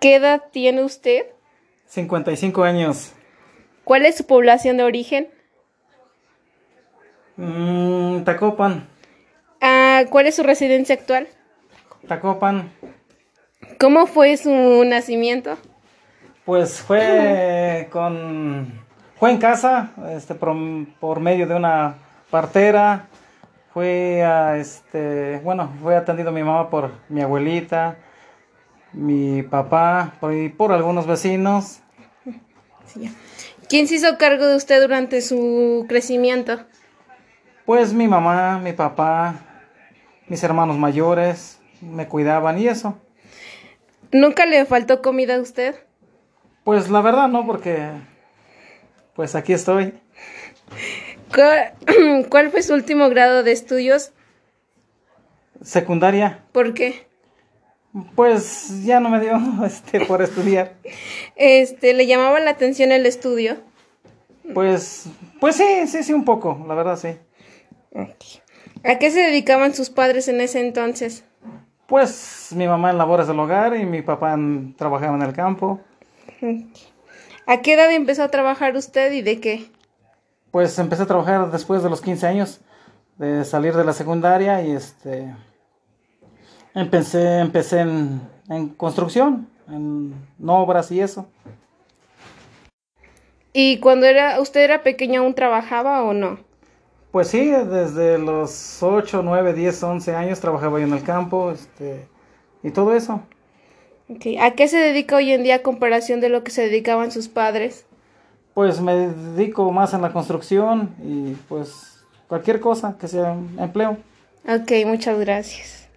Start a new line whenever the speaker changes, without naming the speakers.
¿Qué edad tiene usted?
55 años.
¿Cuál es su población de origen?
Mm, Tacopan.
Ah, ¿Cuál es su residencia actual?
Tacopan.
¿Cómo fue su nacimiento?
Pues fue con. Fue en casa, este, por, por medio de una partera. Fue a, este, bueno, fue atendido mi mamá por mi abuelita, mi papá, por, y por algunos vecinos.
¿Quién se hizo cargo de usted durante su crecimiento?
Pues mi mamá, mi papá, mis hermanos mayores me cuidaban y eso.
¿Nunca le faltó comida a usted?
Pues la verdad no, porque pues aquí estoy.
¿Cuál, cuál fue su último grado de estudios?
Secundaria,
¿Por qué?
pues ya no me dio este por estudiar.
Este, ¿Le llamaba la atención el estudio?
Pues pues sí, sí, sí un poco, la verdad sí.
¿A qué se dedicaban sus padres en ese entonces?
Pues mi mamá en labores del hogar y mi papá en- trabajaba en el campo.
¿A qué edad empezó a trabajar usted y de qué?
Pues empecé a trabajar después de los 15 años de salir de la secundaria y este empecé empecé en, en construcción, en obras y eso.
¿Y cuando era usted era pequeño aún trabajaba o no?
Pues sí, desde los 8, 9, 10, 11 años trabajaba yo en el campo, este y todo eso.
Ok, ¿A qué se dedica hoy en día a comparación de lo que se dedicaban sus padres?
Pues me dedico más en la construcción y pues cualquier cosa que sea empleo.
Ok, muchas gracias.